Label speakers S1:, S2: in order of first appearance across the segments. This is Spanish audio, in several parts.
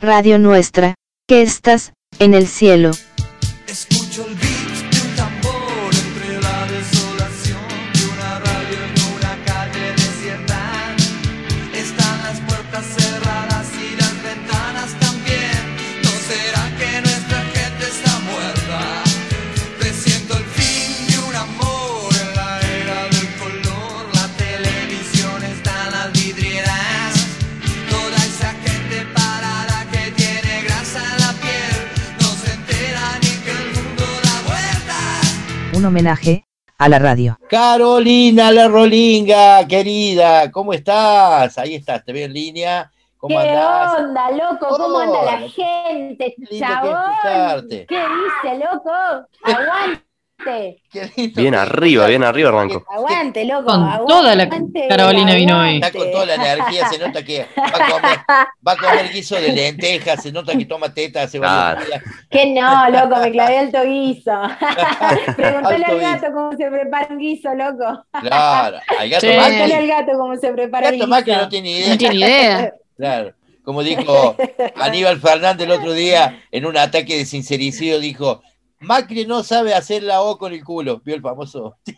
S1: Radio Nuestra, que estás, en el cielo.
S2: Escucho el beat de un tambor entre la desolación de una radio en una calle desierta. Están las puertas cerradas y las ventanas también. ¿No será que nuestra gente está muerta? Presiento el fin de un amor en la era del color. La televisión está en las vidrieras. Toda esa gente parada que tiene grasa en la piel. No se entera ni que el mundo da vueltas.
S3: Un homenaje a la radio.
S4: Carolina la Rolinga, querida, ¿cómo estás? Ahí estás, te veo en línea. ¿Cómo
S5: ¿Qué
S4: andás?
S5: onda, loco? ¿Cómo anda
S4: Hola.
S5: la gente,
S4: Qué lindo que
S5: chabón?
S4: escucharte.
S5: ¿Qué dice, loco? Aguante,
S4: Qué lindo.
S6: Bien arriba, bien arriba, Ranco.
S5: aguante, loco.
S3: Con
S5: aguante,
S3: toda la-
S5: aguante,
S3: Carolina vino hoy.
S4: Está con toda la energía, se nota que va a comer, va a comer guiso de lentejas, se nota que toma teta hace varios días.
S5: Que no, loco, me clavé alto guiso. Preguntale
S4: Alto
S5: al
S4: guiso.
S5: gato cómo se prepara un guiso, loco.
S4: Claro, al gato
S7: Sí.
S4: más
S5: Preguntale
S4: que,
S5: al gato cómo se prepara
S4: al
S5: un
S4: gato
S5: guiso.
S4: más que no tiene
S7: No
S4: idea.
S7: tiene idea.
S4: Claro. Como dijo Aníbal Fernández el otro día, en un ataque de sincericidio, dijo: Macri no sabe hacer la O con el culo. Vio el famoso.
S6: Sí,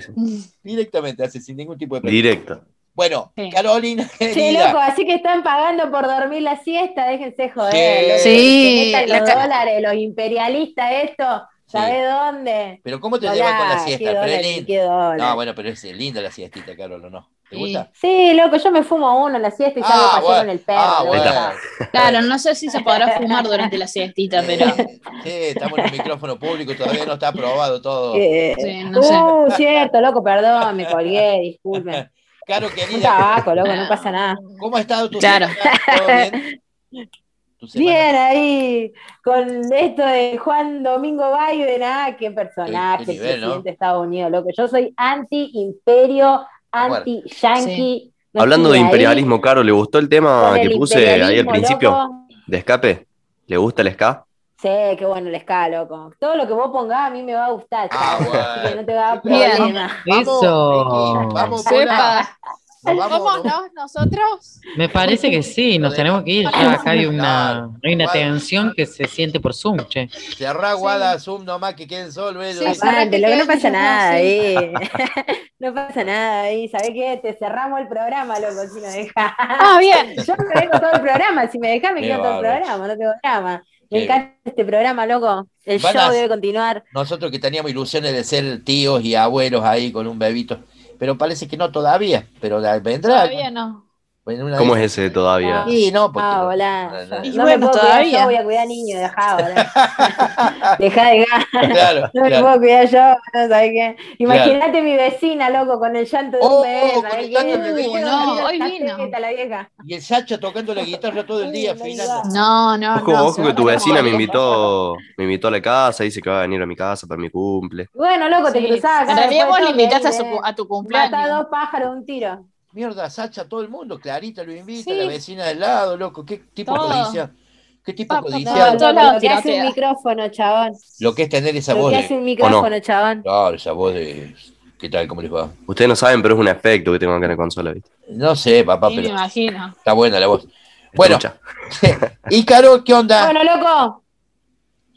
S6: sí,
S4: Directamente hace, sin ningún tipo de pregunta.
S6: directo.
S4: Bueno,
S7: Sí.
S4: Carolina,
S5: Che,
S4: querida.
S5: loco, así que están pagando por dormir la siesta, déjense joder.
S4: Sí.
S5: loco,
S7: Sí,
S5: que metan
S7: la
S5: los
S7: ca-
S5: dólares, los imperialistas, esto,
S4: Sí.
S5: ¿sabés dónde?
S4: Pero ¿cómo te
S5: Hola,
S4: llevas con la
S5: qué
S4: siesta? Pero
S5: dólar,
S4: es linda.
S5: qué dólar.
S4: No, bueno, pero es linda la siestita, Carol, ¿o no? ¿Te
S7: Sí.
S4: gusta?
S5: Sí, loco, yo me fumo uno en la siesta y
S4: Ah,
S5: salgo a pasear
S4: bueno.
S5: con el perro.
S4: Ah,
S5: ya
S4: bueno.
S5: está.
S7: Claro, no sé si se podrá fumar durante la siestita, pero.
S4: Sí, sí, estamos en un micrófono público, todavía no está aprobado todo.
S5: Eh,
S7: Sí, no sé.
S5: Uh, cierto, loco, perdón, me colgué, disculpen.
S4: Caro,
S5: Un
S4: querida,
S5: tabaco, loco, no pasa nada.
S4: ¿cómo ha estado tu
S7: Claro.
S4: semana? ¿Todo bien? ¿Tu semana?
S5: Bien ahí, con esto de Juan Domingo Bayo, de nada, qué personaje,
S4: Qué- qué nivel,
S5: presidente
S4: ¿no?
S5: de Estados Unidos, loco. Yo soy anti-imperio, anti-yanqui. no
S6: Hablando de
S5: estoy ahí
S6: imperialismo, Caro, ¿le gustó el tema
S5: con
S6: que
S5: el
S6: puse ahí al
S5: imperialismo,
S6: principio
S5: loco.
S6: de escape? ¿Le gusta el ska?
S5: Sí, qué bueno el ska, loco. Todo lo que vos pongas a mí me va a gustar,
S4: Ah,
S5: chabón,
S4: bueno.
S5: así que no te va a dar
S7: Bien.
S5: problema.
S4: Vamos,
S8: Eso.
S4: Ricky, vamos, Pola,
S7: Sepa.
S4: nos vamos, nos-
S9: Vámonos nosotros.
S8: Me parece que sí, nos tenemos que ir ya. Acá hay una, hay una tensión que se siente por Zoom, che.
S4: cerrá Guada Zoom nomás que queden solos ellos.
S9: Sí,
S4: Dice,
S9: sí.
S5: Aguante,
S9: Aparte
S5: loco,
S9: que
S5: no pasa
S9: hay
S5: nada
S9: que
S5: ahí. No pasa nada ahí. ¿Sabés qué? Te cerramos el programa, loco, si me dejás.
S9: Ah, bien.
S5: Yo me dejo todo el programa. Si me dejás, me
S4: Qué
S5: quedo todo el
S4: bárbaro.
S5: programa. No tengo drama. Me
S4: Qué
S5: encanta este programa, loco. El
S4: Van a-
S5: show debe continuar.
S4: Nosotros que teníamos ilusiones de ser tíos y abuelos ahí con un bebito, pero parece que no todavía, pero la- vendrá.
S9: Todavía no.
S4: En una
S6: ¿Cómo
S4: de
S6: es ese todavía?
S4: Sí, no, porque.
S5: Ah,
S4: no-
S5: hola.
S4: no, no,
S5: No,
S4: no.
S9: Y
S5: me
S9: bueno,
S5: puedo cuidar,
S9: todavía.
S5: yo voy a cuidar niños, dejá, boludo. Dejá de
S4: Claro,
S5: No me
S4: claro.
S5: puedo cuidar yo, no sabés qué. Imagínate mi vecina, loco, con el llanto de
S4: Oh,
S5: un bebé.
S4: con
S5: ¿sabés
S4: el llanto
S5: qué?
S4: del bebé.
S5: Uy,
S9: No, hoy
S5: la
S9: vino.
S5: teta, La vieja.
S4: Y el Sacha tocando la guitarra todo el día,
S5: Uy, no
S4: Fernanda.
S5: digas.
S9: No, no,
S6: Ojo,
S9: no.
S6: ojo que tu vecina me invitó, me invitó a la casa, dice que va a venir a mi casa para mi cumple.
S5: Bueno, loco, te cruzás acá.
S9: En realidad
S5: después
S9: vos le
S5: todo,
S9: invitaste a,
S5: ahí,
S9: su-
S5: eh.
S9: a tu
S5: Matá
S9: cumpleaños.
S5: dos pájaros de un tiro.
S4: Mierda, Sacha, todo el mundo. Clarita lo invita,
S9: Sí.
S4: la vecina del lado, loco. ¿Qué tipo
S9: Todo.
S4: codiciado? ¿Qué tipo
S9: Pa, pa,
S5: No,
S9: Claro.
S4: codiciado?
S5: loco,
S9: Todos lados
S5: lo que hace
S9: tirotea.
S5: un micrófono, chabón.
S4: eh. Lo que es tener esa
S5: Lo
S4: voz
S5: que
S4: de.
S5: hace un micrófono,
S6: no?
S5: chabón.
S4: Claro, esa voz de. ¿Qué tal? ¿Cómo les va?
S6: Ustedes no saben, pero es un aspecto que tengo acá en la consola, ¿viste?
S4: No sé, papá,
S9: Sí, me
S4: pero
S9: imagino.
S4: está buena la voz. Bueno,
S6: Trucha.
S4: y Caro, ¿qué onda?
S5: Bueno, loco.
S4: Ah.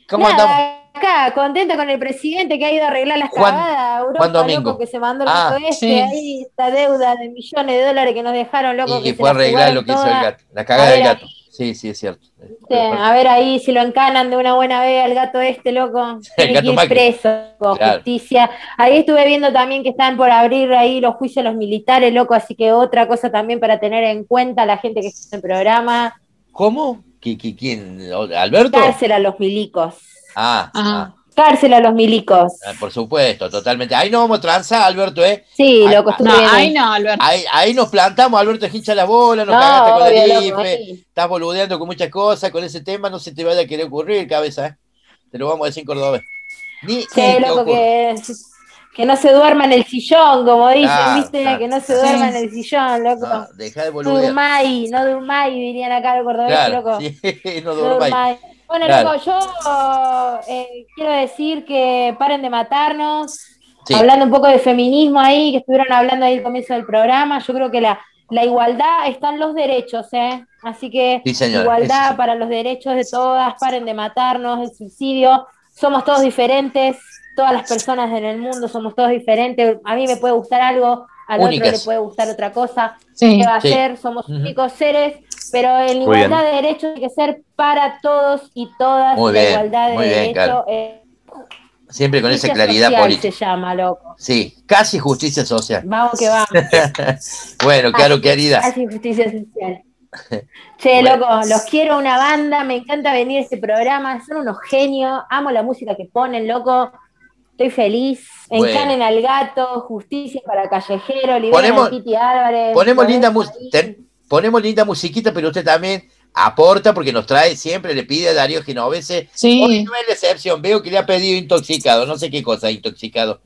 S4: ¿Cómo
S5: nada,
S4: andamos?
S5: Acá, contenta con el presidente que ha ido a arreglar las
S4: Juan-
S5: cagadas a Europa,
S4: Juan Domingo.
S5: loco, que se mandó el
S4: Ah,
S5: gato este,
S9: sí.
S5: ahí esta deuda de millones de dólares que nos dejaron, loco.
S4: Y
S5: que
S4: que
S5: se
S4: fue
S5: la
S4: arreglar
S5: jugaron
S4: lo que hizo
S5: toda.
S4: el gato. La cagada del
S5: A ver,
S4: gato. Sí, sí, es cierto.
S5: Sí, a ver ahí si lo encanan de una buena vez al gato este, loco. Tiene
S4: gato
S5: que ir
S4: Macri.
S5: preso, loco,
S4: Claro.
S5: justicia. Ahí estuve viendo también que están por abrir ahí los juicios a los militares, loco, así que otra cosa también para tener en cuenta la gente que está en el programa,
S4: ¿Cómo? ¿Qui- qui- ¿Quién? ¿Alberto?
S5: cárcel a los milicos.
S4: Ah, ah,
S9: Ah.
S5: Cárcel a los milicos.
S4: ah, por supuesto, totalmente. Ahí no vamos a transar, Alberto, ¿eh?
S5: Sí,
S4: Ay,
S5: loco, estuve
S9: No,
S5: viendo.
S9: ahí no, Alberto.
S4: Ahí, ahí nos plantamos, Alberto es hincha las bolas, nos
S5: No,
S4: cagaste con
S5: obvio,
S4: la
S5: loco,
S4: IFE,
S5: ahí.
S4: estás boludeando con muchas cosas, con ese tema no se te vaya a querer ocurrir, cabeza, ¿eh? Te lo vamos a decir en cordobés. Ni
S5: Sí,
S4: se te
S5: loco,
S4: ocurra.
S5: que, que no se duerma en el sillón, como dicen,
S4: Claro,
S5: ¿viste?
S4: claro.
S5: Que no se duerma
S9: Sí.
S5: en el sillón, loco.
S4: No, deja Ah, de
S5: No
S4: boludear.
S5: durmáis, no durmáis, dirían acá los cordobeses,
S4: Claro,
S5: loco.
S4: sí, no
S5: No
S4: durmáis.
S5: durmáis. Bueno,
S4: Claro.
S5: loco, yo eh, quiero decir que paren de matarnos.
S4: Sí.
S5: Hablando un poco de feminismo ahí, que estuvieron hablando ahí al comienzo del programa, yo creo que la, la igualdad están los derechos, ¿eh? Así que
S4: Sí, señora,
S5: igualdad
S4: eso sí.
S5: para los derechos de todas, paren de matarnos, el suicidio, somos todos diferentes, todas las personas en el mundo somos todos diferentes, a mí me puede gustar algo, al otro
S4: Únicas.
S5: le puede gustar otra cosa,
S7: Sí.
S5: ¿qué va a
S4: Sí.
S5: hacer? Somos
S4: Ujú.
S5: únicos seres, pero en
S6: Muy
S5: igualdad de derechos hay que ser para todos y todas,
S4: Muy
S5: y la
S4: bien,
S5: igualdad de
S4: muy bien,
S5: derechos
S4: Caro. Siempre con esa claridad
S5: se
S4: política.
S5: llama, loco.
S4: Sí, casi justicia social.
S5: Vamos que vamos.
S4: Bueno, claro, querida.
S5: Hace justicia social. Che,
S4: Bueno.
S5: loco, los quiero una banda, me encanta venir a este programa, son unos genios, amo la música que ponen, loco, estoy feliz.
S4: Bueno.
S5: Encanen al gato, justicia para callejero, liberen
S4: Ponemos-
S5: a Kitty Álvarez.
S4: Ponemos
S5: Ponés
S4: linda,
S5: ahí.
S4: mus- ten- ponemos linda musiquita, pero usted también aporta porque nos trae siempre, le pide a Darío Genovese. Hoy
S7: Sí.
S4: no es la excepción, veo que le ha pedido intoxicado, no sé qué cosa, intoxicado.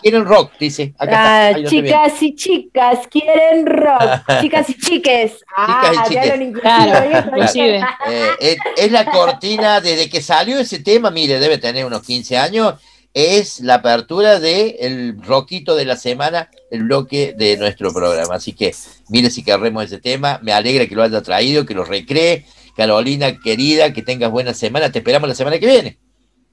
S4: Quieren rock, dice. Acá está.
S5: Ah,
S4: Ahí lo estoy viendo.
S5: chicas y chicas quieren rock, chicas y chiques. Ah,
S4: Chicas y
S5: ya
S4: chiques.
S5: lo
S7: Claro,
S5: inclusive.
S7: inclusive.
S4: Eh, es, es la cortina, desde que salió ese tema, mire, debe tener unos 15 años, es la apertura de el roquito de la semana, el bloque de nuestro programa. Así que, mire si querremos ese tema, me alegra que lo haya traído, que lo recree. Carolina, querida, que tengas buena semana, te esperamos la semana que viene.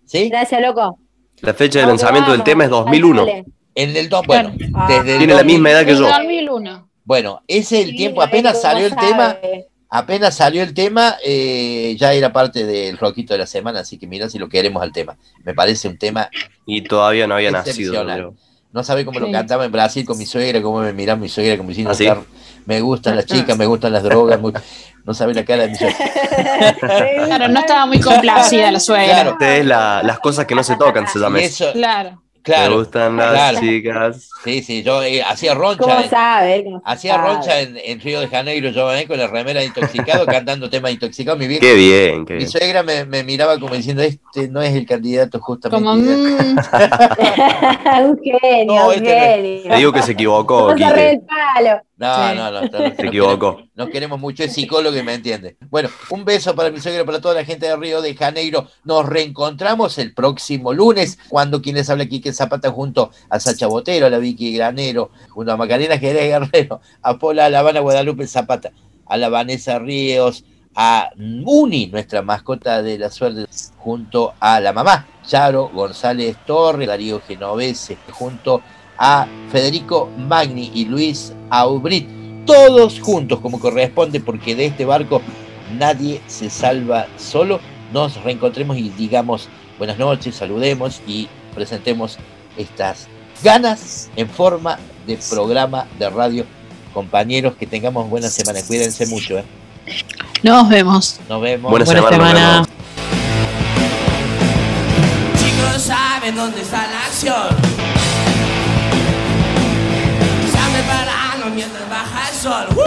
S4: ¿Sí?
S5: Gracias, loco.
S6: La fecha de
S5: Vamos,
S6: lanzamiento del
S5: vamos.
S6: tema es 2001.
S5: Dale.
S4: En el dos, bueno,
S5: Ah.
S4: desde el
S6: Tiene la
S4: dos-
S6: misma edad que yo.
S7: 2001.
S4: Bueno, ese es el tiempo, apenas
S5: Nico,
S4: salió el
S5: vos
S4: tema,
S5: sabés.
S4: apenas salió el tema, eh, ya era parte del roquito de la semana, así que mira si lo queremos al tema. Me parece un tema,
S6: Y todavía no había nacido. yo
S4: Excepcional.
S6: creo.
S4: no sabe cómo lo
S7: Sí.
S4: cantaba en Brasil con mi suegra, cómo me miraba mi suegra, como diciendo,
S6: ¿Ah, sí?
S4: "Car- me gustan las chicas, me gustan las drogas, me- no sabe la cara de mi suegra.
S7: Claro, no estaba muy complacida la suegra.
S4: Claro.
S6: Ustedes la- las cosas que no se tocan se llama
S4: Y
S6: eso.
S4: eso,
S7: Claro.
S6: Me
S4: claro,
S6: gustan las
S4: claro.
S6: chicas.
S4: sí, sí, yo eh, hacía roncha,
S5: ¿Cómo
S4: eh,
S5: sabe? ¿Cómo
S4: hacía
S5: sabe?
S4: roncha en, en Río de Janeiro, yo eh, con la remera de intoxicado, cantando temas intoxicados, mi vieja.
S6: Qué bien, qué
S4: Mi
S6: bien.
S4: suegra me, me miraba como diciendo, este no es el candidato justamente.
S7: Como.
S4: ideal".
S7: mm,
S5: un genio,
S4: No,
S5: un
S4: este no es.
S5: genio.
S6: Te digo que se equivocó,
S5: Vamos a re
S6: Quique.
S5: el palo.
S4: No,
S7: Sí.
S4: no, no, no, no,
S6: Se equivocó.
S4: Nos queremos mucho, es psicólogo y me entiende. Bueno, un beso para mi suegro, para toda la gente de Río de Janeiro. Nos reencontramos el próximo lunes, cuando quienes habla Quique Zapata junto a Sacha Botero, a la Vicky Granero, junto a Macarena Jerez Guerrero, a Pola, a La Habana, Guadalupe Zapata, a la Vanessa Ríos, a Muni, nuestra mascota de la suerte, junto a la mamá, Charo González Torres, Darío Genovese, junto a Federico Magni y Luis Aubrit todos juntos como corresponde, porque de este barco nadie se salva solo. Nos reencontremos y digamos buenas noches, saludemos y presentemos estas ganas en forma de programa de radio. Compañeros, que tengamos buena semana. Cuídense mucho. ¿eh?
S7: mm, Nos vemos.
S4: Nos vemos.
S6: Buena,
S8: Buena
S6: semana. nos
S8: semana.
S6: vemos.
S2: Chicos saben dónde está la acción. Están preparando mientras baja el sol. ¡Woo!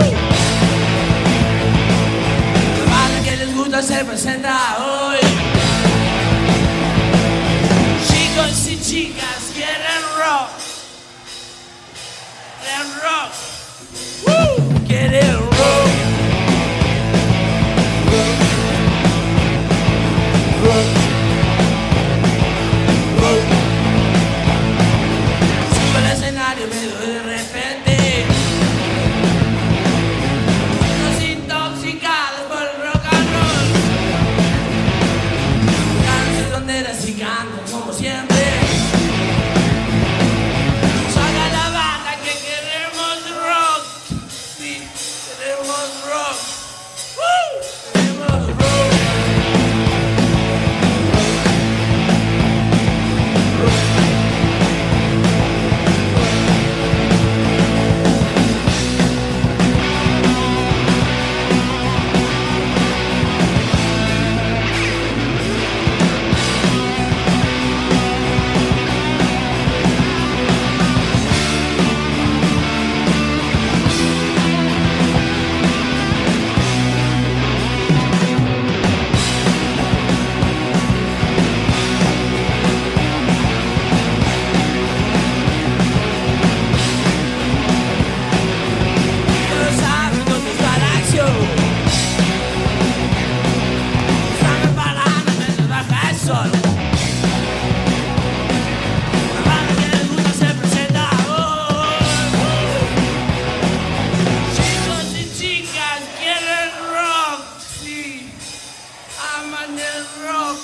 S2: Vale que les gusta se presenta hoy. Chicos y chicas quieren rock. Quieren rock. ¡Woo! Quieren rock. Subo al escenario medio de repente Los intoxicados por el rock and roll necesitan el rock,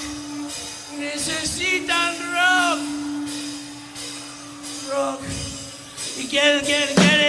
S2: necesitan rock, rock. Y quieren, quieren, quieren.